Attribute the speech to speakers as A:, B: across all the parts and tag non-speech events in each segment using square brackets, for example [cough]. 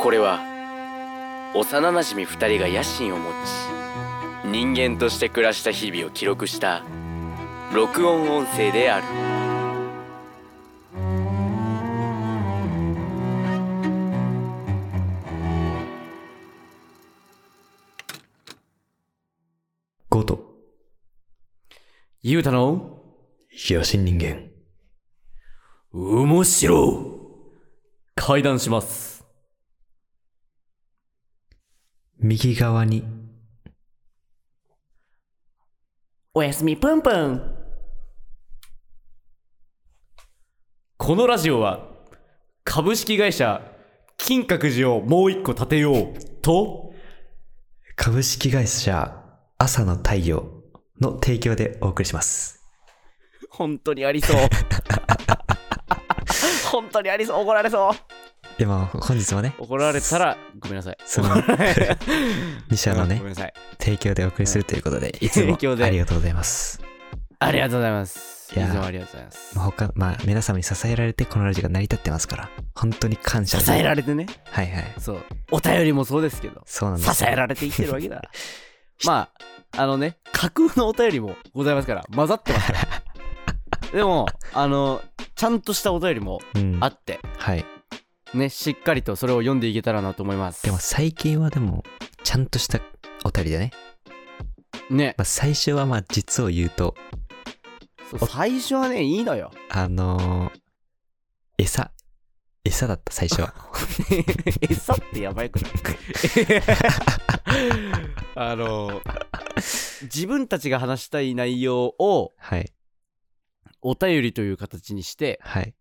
A: これは幼なじみ2人が野心を持ち人間として暮らした日々を記録した録音音声である
B: ゴト、
A: ゆうたの
B: 野心人間。
A: 面白会談します
B: 右側に、
A: おやすみぷんぷんこのラジオは株式会社金閣寺をもう一個建てようと
B: 株式会社、朝の太陽の提供でお送りします。
C: 本当にあり [laughs] そう本当にありそう怒られそう
B: で、まあ、本日もね、
C: 怒られたらごめんなさい
B: その、2社の
C: ご
B: ね
C: めん、なさい
B: 提供でお送りするというこ
C: [laughs]
B: とで、いつも
C: 提供で
B: ありがとうございます。
C: ありがとうございます
B: い
C: い
B: やー
C: つもありがとうございます
B: まあ、他、まあ、皆様に支えられて、このラジオが成り立ってますから、本当に感謝
C: 支えら
B: れ
C: れてね
B: はいはい。
C: そうお便りもそうですけど
B: そうなんです。
C: 支えられて生きてるわけ
B: [laughs]
C: だまああのね架空のお便りもございますから混ざってますから
B: [laughs]
C: でもあのちゃんとしたお便りも
B: うん
C: あ。って
B: はい。
C: ねしっかりとそれを読んでいけたらなと思います
B: でも、最近はでも、ちゃんとしたお便りでね、
C: ね
B: まあ、最初はまあ、実を言うと、
C: そう最初はねいいの
B: [laughs]
C: よ
B: あのー、餌。餌だった、最初は。
C: [laughs] 餌ってやばいく
B: [laughs]
C: ないあの自分たちが話したい内容を
B: はい。
C: お便りという形にして
B: はい。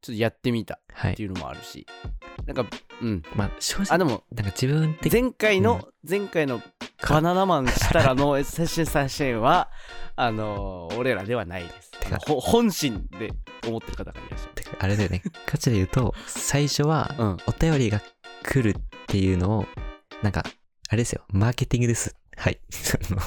C: ちょっとやってみた
B: は
C: って
B: い。
C: いうのもあるしなんかうん
B: まあ、正
C: あ
B: 直、
C: でも
B: なんか自分的
C: 前回の、前回のバナナマンしたらの写真写真はあのー俺らではないです
B: てか
C: ほ本心で思ってる方がいらっしゃる
B: てかあれだよね。ガチで言うと、最初は、
C: うん
B: お便りが来るっていうのを、なんか、あれですよ。マーケティングです。はい。 [laughs] その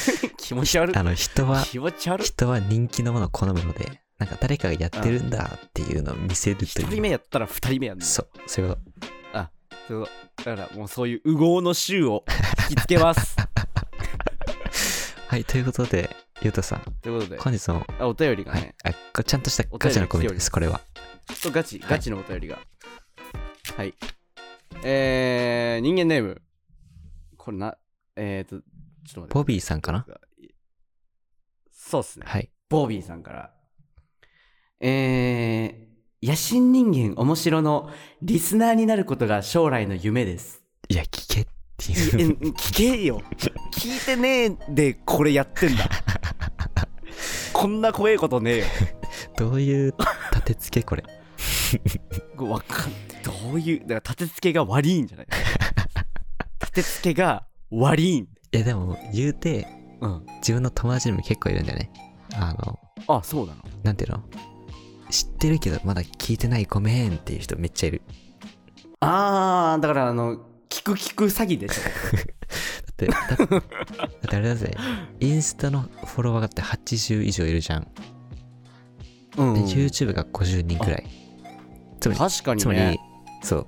C: [laughs] 気持ち悪い
B: あの、人は、
C: 気持ち悪い
B: 人は人気のものを好むので、なんか誰かがやってるんだっていうのを見せると
C: 一
B: い
C: 人
B: う。
C: 目やったら二人目やんね
B: そう、そういうこ
C: そうだからもうそういう右往の衆を引きつけます [laughs]
B: と。はい、ということで、ゆうたさん、
C: ということで
B: 本日の、
C: あお便りが
B: はい
C: ね、
B: あ、こちゃんとしたガチのコメントです、これは。
C: ちょっとガチ
B: はい
C: ガチのお便りがはい、えー、人間ネームこれなえーとちょっと
B: ボ
C: 待って
B: ビーさんかな
C: そうっすね
B: はい。
C: ボービーさんから。えー、野心人間おもしろのリスナーになることが将来の夢です。
B: いや、聞けって
C: い
B: いう。
C: え聞けよ。聞いてねえでこれやってん [laughs] だ。こんな怖えことねえよ。
B: [laughs] どういう立て付けこれ。
C: これわかんどういう、だから立て付けが悪いんじゃない立て付けが悪いん。
B: いや、でも、言うて、
C: うん。
B: 自分の友達にも結構いるんだよね。あの、
C: あ、そうなの。
B: なんていうの知ってるけど、まだ聞いてない、ごめんっていう人めっちゃいる。
C: あー、だからあの、聞く聞く詐欺でしょ。
B: だって、
C: [laughs]
B: だってだってあれだぜ、インスタのフォロワーがって80以上いるじゃん。
C: うん
B: で、YouTube が50人くらい。つまり、
C: 確かに
B: つま
C: ね
B: り。、そう。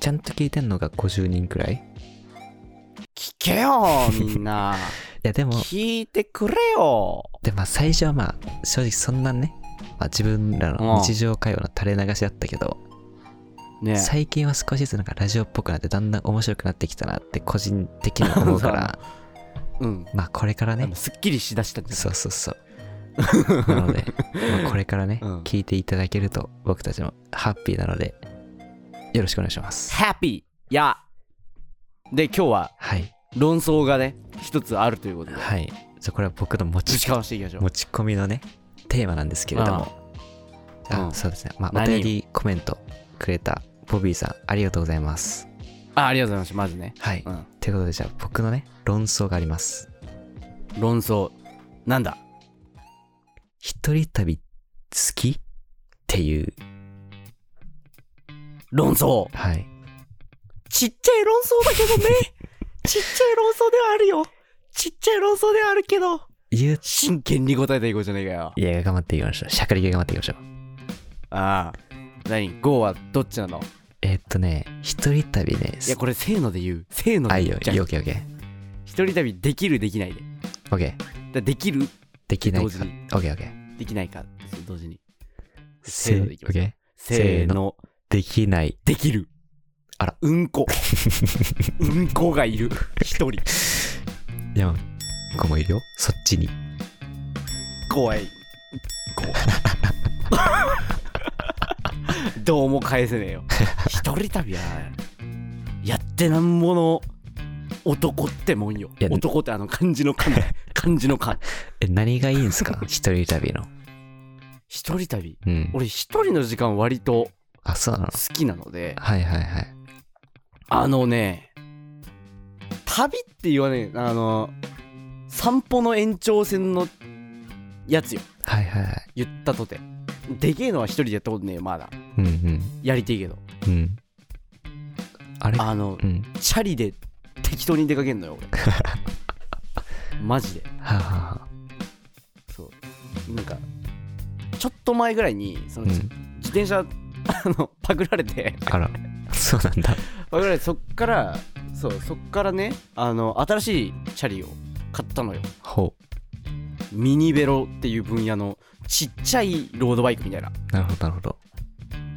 B: ちゃんと聞いてんのが50人くらい。い
C: 聞けよ、みんな。
B: や、でも、
C: 聞いてくれよ。
B: で、まあ、最初はまあ、正直そんなね、まあ、自分らの日常会話の垂れ流しだったけど、
C: ね
B: 最近は少しずつなんかラジオっぽくなってだんだん面白くなってきたなって個人的に思うから
C: [laughs] うん。
B: まあこれから
C: あ
B: ね
C: のすっきりしだしたんです。
B: そうそうそう
C: [laughs]
B: なので、まあ、これからね、
C: うん
B: 聞いていただけると僕たちもハッピーなのでよろしくお願いします
C: ハッピーやで、今日は
B: はい
C: 論争がね、一つあるということで、
B: はいじゃあこれは僕の持
C: ぶ
B: ち
C: ちかましていきましょう
B: 持。ち込みのねテーマなんですけれども
C: ああ
B: あ
C: うん
B: そうですねまあお
C: 何
B: 便りコメントくれたボビーさんありがとうございます
C: あ、ありがとうございました。まずね。
B: はい、
C: うん。
B: ということでじゃあ僕のね論争があります
C: 論争。なんだ
B: 一人旅好きっていう
C: 論争。
B: はい。
C: ちっちゃい論争だけ
B: [laughs]
C: どね。ちっちゃい論争ではあるよ。ちっちゃい論争ではあるけど、
B: 言う、
C: 真剣に答えていこうじゃねえかよ。
B: いや、頑張っていきましょう。しゃくりで頑張っていきましょう。
C: ああ。何 ?5 はどっちなの
B: えーっとね、一人旅ね、
C: いや、これ、せーので言う。せーの
B: あ、
C: で
B: いい
C: 言
B: よ
C: っ、ちゃ
B: いいよ、
C: う
B: オッケーオッケー。
C: 一人旅できる、できないで。だか
B: オッケー。
C: らできる、
B: できない
C: 同時
B: か。オ
C: に
B: ッケーオッケー。
C: できないか、同時に。
B: せ
C: せ
B: ー
C: ー
B: の
C: ので
B: でい
C: い
B: き
C: き
B: ま
C: ますすせーの、
B: よ。できない。
C: できる。
B: あら、
C: うんこ。うんこがいる。一人。
B: いや、子もいるよ。そっちに。
C: 怖い。怖いどうも返せねえよ。一人旅は、やってなんぼの男ってもんよ
B: いや。
C: 男ってあの漢字の漢ね漢字の漢。
B: え、何がいい
C: [laughs]
B: んすか一人旅の。
C: 一人旅。
B: うん。
C: 俺一人の時間割と
B: あ、そうなの
C: 好きなので、
B: はいはいはい。
C: あのね、旅って言わねえ、あの、散歩の延長線のやつよ。
B: はいはいはい。
C: 言ったとて。でけえのは一人でやったことねえよ、まだ。
B: うんうん。
C: やりてえけど。
B: うん。あれ
C: あの
B: う、ん。
C: チャリで適当に出かけんのよ [laughs] 俺マジで
B: はあ、はあはあ、
C: そうなんかちょっと前ぐらいにその、
B: う
C: 自
B: ん。
C: 自転車 [laughs] あのパクられて
B: あら、そうなんだ。
C: パクられてそっからそうそっからねあの新しいチャリを買ったのよ
B: ほ
C: ミニベロっていう分野のちっちゃいロードバイクみたいな
B: う。なるほどなるほど。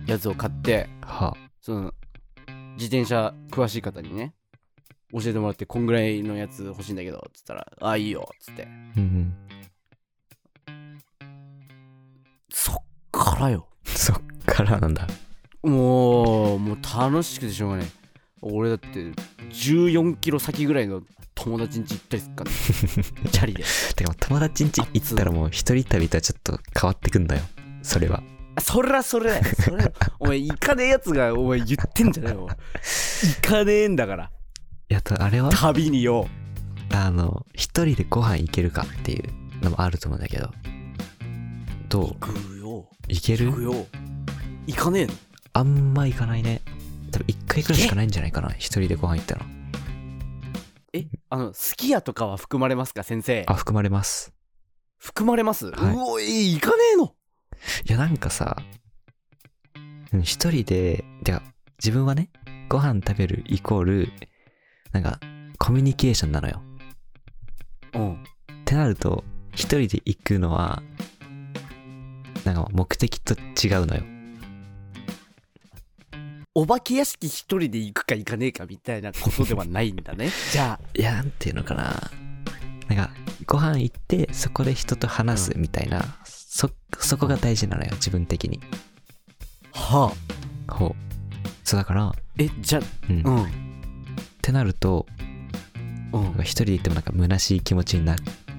C: やつを買って
B: はあ。
C: その自転車詳しい方にね教えてもらってこんぐらいのやつ欲しいんだけどっつったら「ああいいよ」っつって
B: うんうん。 [laughs]
C: そっからよ
B: そっからなんだ。
C: もうもう楽しくてしょうがない俺だって14キロ先ぐらいの友達ん家行ったりすっから、ね、チャリで
B: てか、友達ん家行ったらもう一人旅とはちょっと変わってくんだよ。それは。
C: あそらそれそれお前行かねえやつがお前言ってんじゃないよお前行かねえんだから
B: いやっと、あれは
C: 旅によ
B: あの、一人でご飯行けるかっていうのもあると思うんだけど。どう
C: 行くよ
B: 行け
C: 行く
B: る
C: よ行かねえの
B: あんま行かないね。多分一回くらいしかないんじゃないかな。一人でご飯行ったの。
C: えあのすき家とかは含まれますか先生
B: あ、含まれます。
C: 含まれます、
B: はいう
C: おい行かねえの
B: いや、なんかさ、うん一人で、てか、自分はね、ご飯食べるイコール、なんか、コミュニケーションなのよ。
C: うん
B: ってなると、一人で行くのは、なんか目的と違うのよ。
C: お化け屋敷一人で行くか行かねえかみたいなことではないんだ
B: [laughs]
C: ねじゃあ
B: いや、なんていうのかな。なんか、ご飯行って、そこで人と話すみたいな、そ、そこが大事なのよ、自分的に。
C: はあ
B: ほう。そうだから、
C: えじゃあ
B: うん。っ
C: ん
B: てなると、
C: う
B: なんか一人で行ってもなんか虚しい気持ちにな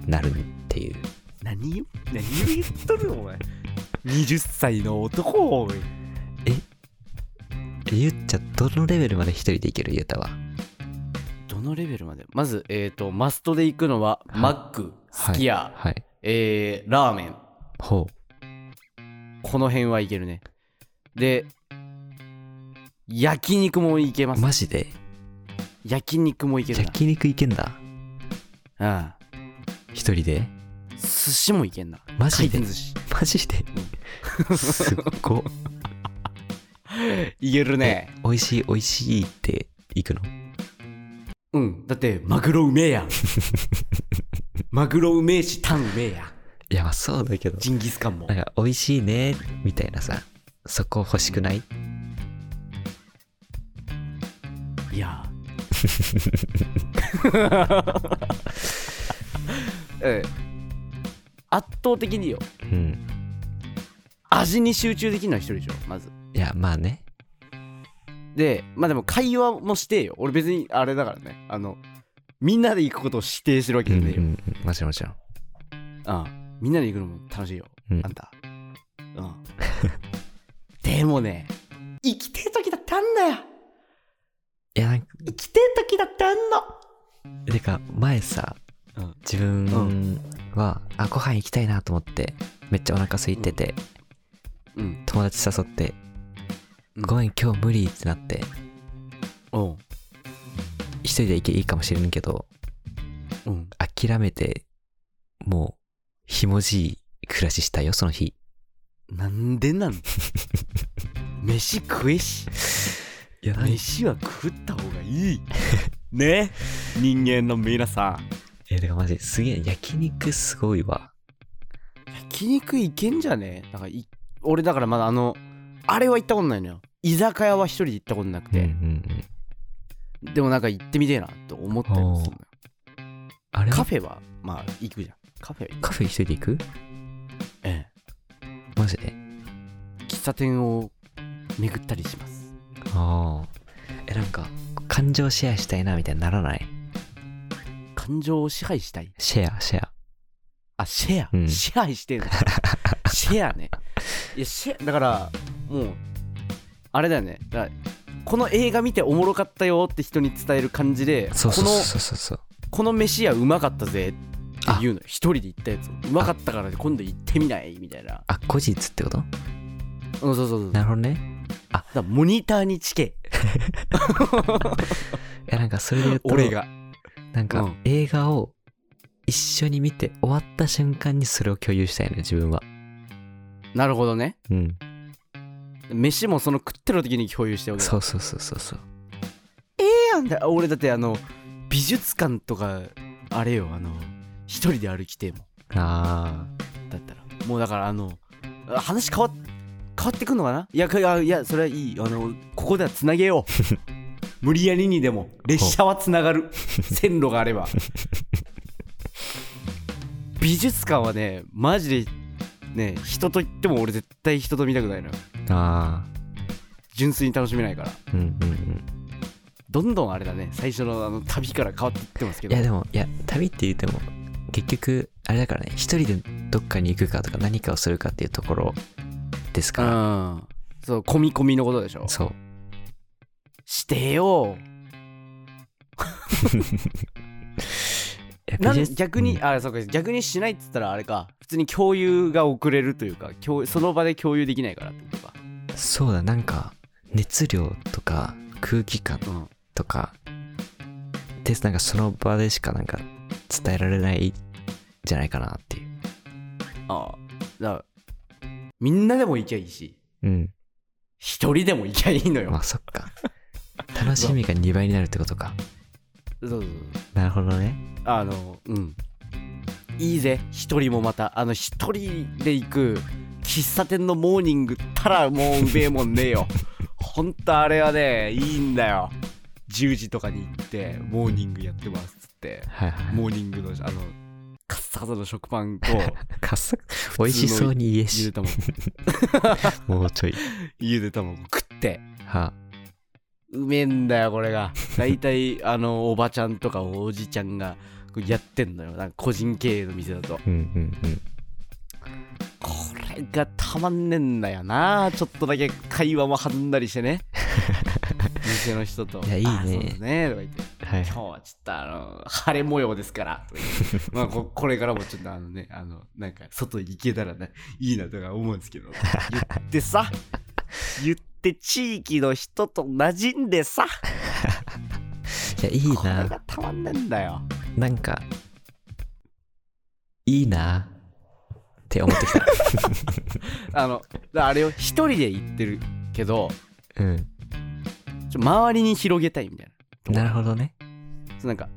B: なるっていう。
C: 何よ何を言っとるお前20歳の男をおい
B: えゆっちゃんどのレベルまで一人で行けるゆうたは。
C: どのレベルまでまずえっ、とマストで行くのは、
B: はい
C: マック
B: はい
C: すき家、
B: はい。
C: えー、ラーメン
B: ほう。
C: この辺はいけるねで焼肉もいけます
B: マジで
C: 焼肉もいける
B: 焼肉行けんだ。
C: な
B: 一人で
C: うん寿司もいけんな
B: マジで
C: 回転寿司
B: マジですっご。
C: いけるね
B: 美味しい美味しいって行くの
C: うんだってマグロうめえや
B: [laughs]
C: んマグロうめえしタンうめえやん
B: いや、まあそうだけど。
C: ジンギスカンも
B: なんか美味しいね、みたいなさ。そこ欲しくない
C: い
B: [laughs]
C: や [laughs] ええ圧倒的によ
B: うん。
C: 味に集中できるのは一人でしょまず
B: いや、まあね。
C: でまあでも会話もしてよ俺別にあれだからねあのみんなで行くことを指定してるわけ
B: う
C: じゃ
B: ん、う
C: ね
B: ん
C: えよ、
B: うん。もちろんもちろん。
C: ああみんなで行くのも楽しいよ、
B: うん
C: あんたうん [laughs] でもね生きてる時だってあんだよ
B: いや、なんか
C: 生きてる時だってあんの
B: てか前さ、
C: うん
B: 自分は、あご飯行きたいなと思ってめっちゃお腹空いてて、
C: うん
B: 友達誘って、
C: うん
B: ごめん今日無理ってなって
C: おう
B: 一人で行けいいかもしれんけど
C: うん
B: 諦めてもうひもじい暮らししたよその日 [laughs]
C: なんでなん飯食えし
B: いやなんい
C: 飯は食った方がいいね人間の皆さん
B: やてかマジすげえ焼肉すごいわ
C: 焼肉いけんじゃねなんかい俺だからまだあのあれは行ったことないのよ居酒屋は一人で行ったことなく
B: うんうんう
C: て、
B: ん
C: でもなんか行ってみてえなと思ったりもするのよ
B: あれ
C: カ
B: カフ
C: フェはまあ行くじゃんカフェ、
B: ェカフェ一人で行く
C: え
B: マジ
C: え、
B: で
C: 喫茶店を巡ったりします
B: ああえなんか感情シェアしたいなみたいにならない
C: 感情を支配したい
B: シェアシェア
C: あシェア、
B: うん
C: 支配してんのシェアねいやシェアだからもうあれだよねだからこの映画見ておもろかったよって人に伝える感じで
B: そうそうそうそうそう
C: このこの飯屋うまかったぜって言うのよ一人で行ったやつをうまかったから今度行ってみないみたいな
B: あ後日ってこと
C: うんそうそうそうだ
B: な
C: か
B: るほどね
C: らモニターにチケ
B: いやなんかそれで言うと
C: 俺が
B: なん
C: う
B: か
C: ん
B: 映画を一緒に見て終わった瞬間にそれを共有したいね自分は
C: なるほどね
B: うん
C: 飯もその食ってる時に共有しておけば
B: そうそうそうそうそう
C: なんだ俺だってあの美術館とかあれよあの一人で歩きてえもん
B: あ
C: だったらもうだからあのあ話変わっ変わってくんのかないやかいやいやそれはいいあのここではつなげよ
B: [laughs]
C: う無理やりにでも列車はつながる線路があれば美術館はねマジでね人と言っても俺絶対人と見たくないのよ
B: ーあ
C: 純粋に楽しめないから
B: ーうんうんうん
C: どんどんあれだね最初のあの旅から変わっていってますけ
B: い
C: ど
B: やでもいや旅って言っても結局あれだからね一人でどっかに行くかとか何かをするかっていうところです
C: う
B: か
C: んそう込み込みのことでしょ
B: らそう
C: してよ
B: いや
C: なん
B: 美術
C: 逆に、
B: うん
C: あそうか逆にしないっつったらあれか普通に共有が遅れるというか共その場で共有できないからってことか、
B: そうだなんか熱量とか空気感
C: うん、
B: とかでなんかその場でしかなんか伝えられないんじゃないかなっていう
C: ああだからみんなでも行きゃいいし
B: うん
C: 一人でも行きゃいいのよ、
B: まあそっか楽しみが2倍になるってことか
C: そうそうそう
B: なるほどね
C: あのうんいいぜ一人もまたあの一人で行く喫茶店のモーニングったらもううめえもんねえよ
B: [laughs]
C: ほんとあれはねいいんだよ10時とかに行ってモーニングやってますっつって
B: はいはい
C: モーニングのあのカッサカサの食パンと
B: [laughs] かっさ美味しそうに言え
C: ゆで
B: し
C: 卵
B: [laughs] もうちょい
C: ゆで卵食って
B: は
C: うめえんだよこれが大体あのおばちゃんとかおじちゃんがこうやってんのよなんか個人経営の店だと
B: うんうんうん
C: これがたまんねえんだよなちょっとだけ会話も弾んだりして
B: [laughs]
C: ね店の人と「
B: いやいいね
C: あそうだね」とか言って
B: はい
C: 今日はちょっとあの晴れ模様ですからとか言ってまあ [laughs] ここれからもちょっとあのねあのなんか外行けたら [laughs] ねいいなとか思うんですけど言ってさ言って地域の人と馴染んでさ
B: いやいい
C: これ
B: な
C: がたまんねえんだよ
B: なんかいいなって思って [laughs] きた
C: あのだからあれを一人で行ってるけど
B: うん
C: ちょ周りに広げたいみたいな
B: なるほどね
C: そうなんか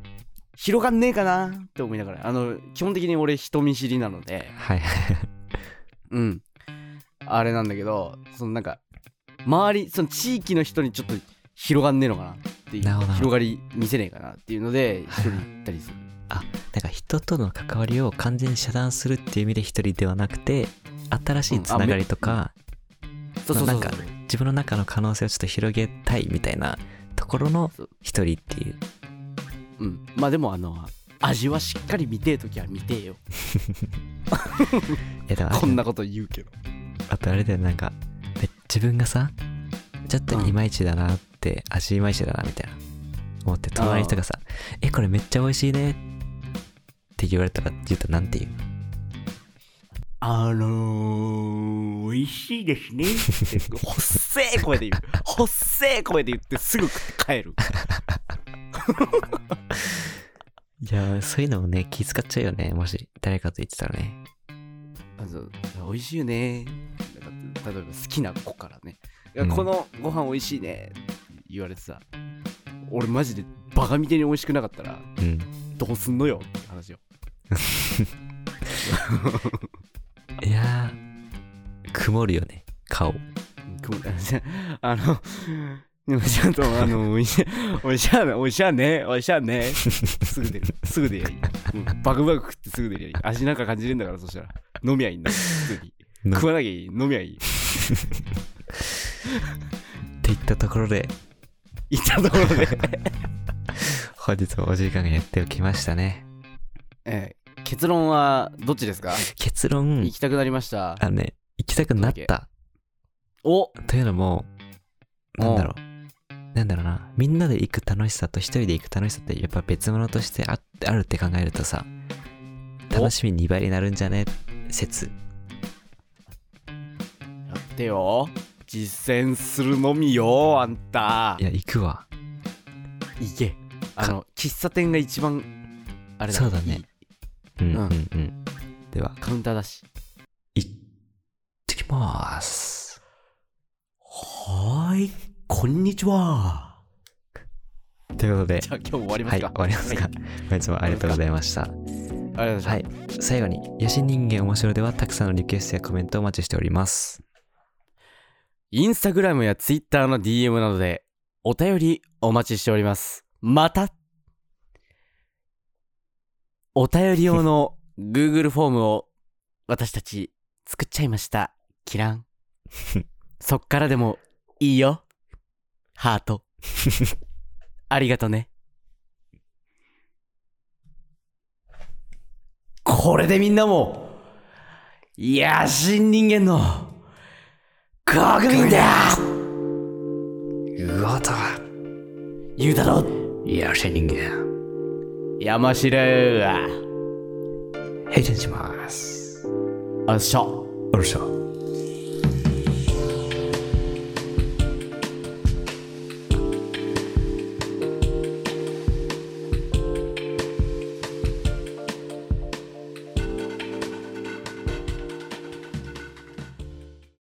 C: 広がんねえかなって思いながらあの基本的に俺人見知りなので
B: はい [laughs] はい
C: うん。あれなんだけど、そのなんか、周り、その地域の人にちょっと広がんねえのかなっていう、
B: なるほど
C: 広がり見せねえかなっていうので、一
B: はい
C: 人
B: はい
C: 行ったりする。
B: なんか人との関わりを完全に遮断するっていう意味で一人ではなくて新しいつながりとか、
C: そうそうそう。
B: なんか自分の中の可能性をちょっと広げたいみたいなところの
C: そう
B: 一人っていう
C: うん。まあでも、あの、味はしっかり見てえときは見てえよ。
B: いやでもあと
C: こんなこと言うけど。
B: あとあれだよなんかめ自分がさちょっと
C: うん
B: いまいちだなって、味いまいちだなみたいな思って隣の人がさ「えこれめっちゃ美味しいね」って言われたら言うとなんて言う
C: あのー、美味しいですねって、 [laughs] ほっせえ声で言う。ほっせえ声で言って、すぐ食って帰る。
B: いやーそういうのもね気遣っちゃうよねもし誰かと言ってたらね
C: あの美味しいよねなんか例えば好きな子からね「いや
B: うん
C: このご飯美味しいね」言われてさ俺マジでバカみてえに美味しくなかったら
B: うん。
C: どうすんのよって話よ
B: いやー、曇るよね、顔。
C: くもあの [laughs] でもちゃん [laughs] とあのおいしおいしゃねおいしゃねおいしゃねすぐ出るすぐ出りゃいい、うんバクバク食ってすぐ出りゃいい味なんか感じるんだからそしたら飲みゃいいんだ普通に
B: の
C: 食わなきゃいい飲みゃいい
B: っていったところで、
C: いったところで、
B: 本日もお時間がやってきましたね。
C: [laughs] ええ結論はどっちですか
B: 結論
C: 行、きたくなりました
B: あのね、行きたくなった。
C: お
B: というのも、
C: うん
B: なんだろう。なんだろうな。みんなで行く楽しさと一人で行く楽しさってやっぱ別物としてあってあるって考えるとさ、
C: お
B: 楽しみ2倍になるんじゃね説。
C: やってよ実践するのみよあんた
B: いや、行くわ。
C: 行けあの喫茶店が一番あれだ
B: そうだねうんうん
C: うん
B: うん。では、
C: カウンターだし
B: 行ってきます。
C: はーいこんにちは
B: ということで
C: じ、ゃあ今日も終わりま
B: は
C: す
B: い、
C: か、
B: 終わりますか。本日もありがとうございました。
C: ありがとうございました、
B: はい、最後に、よし人間面白ではたくさんのリクエストやコメントをお待ちしております。
C: インスタグラムやツイッターの DM などでお便りお待ちしております。またお便り用の Google フォームを私たち作っちゃいました。キラン。そっからでもいいよ。ハート。ありがとね。これでみんなも、野心人間の国民だ
B: うわとは、
C: 言うだろ
B: よし人間、
C: 山城あ
B: 閉店します。
C: っしょ
B: おるしょ。